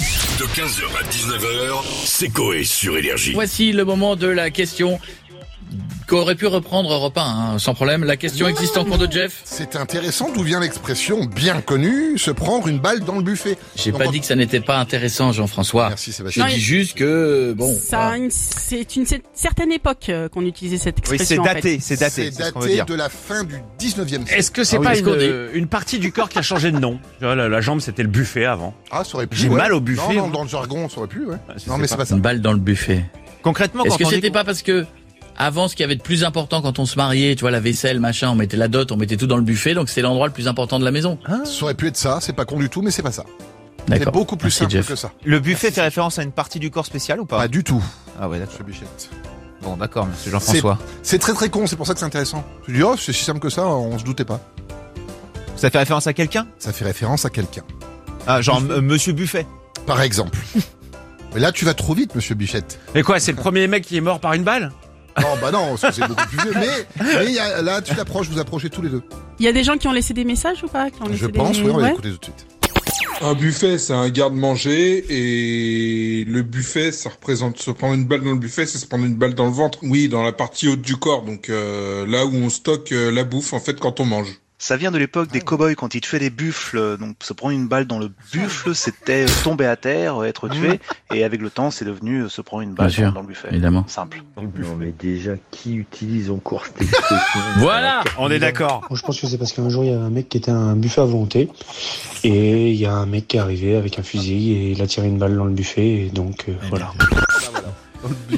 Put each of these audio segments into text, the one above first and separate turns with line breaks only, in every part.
De 15h à 19h, c'est Coé sur Énergie.
Voici le moment de la question qu'aurait pu reprendre Europe 1, hein, sans problème. La question existe en cours de Jeff.
C'est intéressant d'où vient l'expression bien connue, se prendre une balle dans le buffet.
J'ai
Donc,
pas
quand-
dit que ça n'était pas intéressant, Jean-François.
Merci
Je
Sébastien.
Non,
dis
il-
juste que bon.
Ça, a une- c'est une cer- certaine époque euh, qu'on utilisait cette
Oui, c'est
expression. en fait.
daté, c'est daté,
C'est
c'est ce qu'on veut dire.
daté de la fin du 19e siècle.
Est-ce que c'est
Ah oui,
pas
est-ce qu'on
une, euh, une partie du corps qui a changé de nom Tu vois, la, la jambe, c'était le buffet avant.
Ah, ça aurait pu.
J'ai
ouais.
mal au buffet.
Non, non, dans le jargon, ça aurait pu, ouais.
Ah, je
Non,
sais
mais
pas.
c'est pas ça.
Une balle dans le buffet.
Concrètement,
Est-ce
quand
que
on dit
c'était pas parce que avant ce qu'il y avait de plus important quand on se mariait, tu vois, la vaisselle, machin, on mettait la dot, on mettait tout dans le buffet, donc c'est l'endroit le plus important de la maison.
Ça aurait pu être ça, c'est pas con du tout, mais c'est pas ça. C'est
D'accord.
beaucoup plus
Merci,
simple
Jeff.
que ça.
le buffet fait référence à une partie du corps spécial ou pas
Pas du tout,
Ah ouais, d'accord.
monsieur Bichette.
Bon, d'accord, monsieur Jean-François.
C'est très très con, c'est pour ça que c'est intéressant. Tu dis, oh, c'est si simple que ça, on se doutait pas.
Ça fait référence à quelqu'un
Ça fait référence à quelqu'un.
ah, Genre euh, Monsieur Buffet.
Par exemple. Mais là, tu vas trop vite, monsieur Bichette.
Mais quoi, c'est le premier mec qui est mort par une balle
Non, bah non, parce que c'est beaucoup plus vieux. Mais, mais il y a- là, tu t'approches, vous approchez tous les deux.
Il y a des gens qui ont laissé des messages ou pas qui ont
Je
laissé des-
pense, oui, on va
Ouais.
l'écouter tout de suite.
Un buffet, c'est un garde-manger et le buffet, ça représente se prendre une balle dans le buffet, c'est se prendre une balle dans le ventre. Oui, dans la partie haute du corps, donc euh, là où on stocke euh, la bouffe en fait quand on mange.
Ça vient de l'époque
Ah
des cow-boys quand ils tuaient des buffles. euh, Donc se prendre une balle dans le buffle, c'était tomber à terre, euh, être tué. Et avec le temps, c'est devenu euh, se prendre une balle
Mm. Bien sûr.
dans, dans le buffet.
Évidemment.
Simple.
Non mais déjà, qui utilise encore cette expression
Ah.
Voilà On est d'accord.
Moi, je pense que c'est parce qu'un jour, il y a un mec qui était à un buffet à volonté. Et il y a un mec qui est arrivé avec un fusil et il a tiré une balle dans le buffet. Et donc, euh, voilà.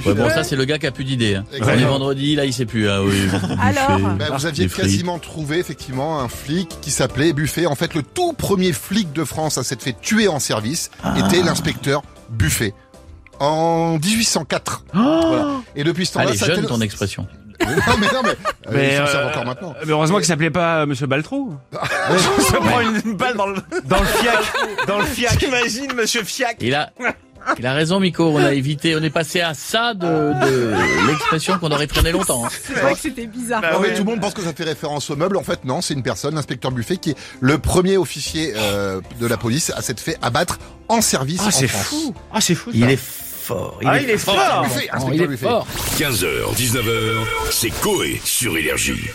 Ouais, bon, ça c'est le gars qui a plus d'idées. Hein. On
Exactement.
est vendredi, là il sait plus. Ah oui.
Alors
buffet.
Bah, vous aviez
Des frites.
quasiment trouvé effectivement un flic qui s'appelait Buffet. En fait, le tout premier flic de France à s'être fait tuer en service était l'inspecteur Buffet en 1804. Voilà. Et depuis ce temps-là,
Allez,
ça a
jeune
été-
ton expression.
non mais non mais,
Ah,
euh,
Mais,
ils s'en
euh,
servent encore maintenant.
Mais heureusement qu'il s'appelait pas euh, Monsieur Baltrou.
Se prend une, une balle dans le,
Dans le fiac.
dans le fiac. J'imagine Monsieur Fiac.
Il a, il a raison, Miko. On a évité, on est passé à ça de, de l'expression qu'on aurait traîné longtemps. hein.
C'est vrai que c'était bizarre.
Bah
Non, mais
ouais.
tout le monde pense que ça fait référence au meuble. En fait, non, c'est une personne, l'inspecteur Buffet, qui est le premier officier euh, de la police à s'être fait abattre en service
Ah,
en
c'est
France.
fou. Ah, c'est fou.
Il est fort.
Ah, il est fort.
Buffet,
Oh,
inspecteur
il est
Buffet.
fort.
15h, 19h, c'est Coé sur Énergie.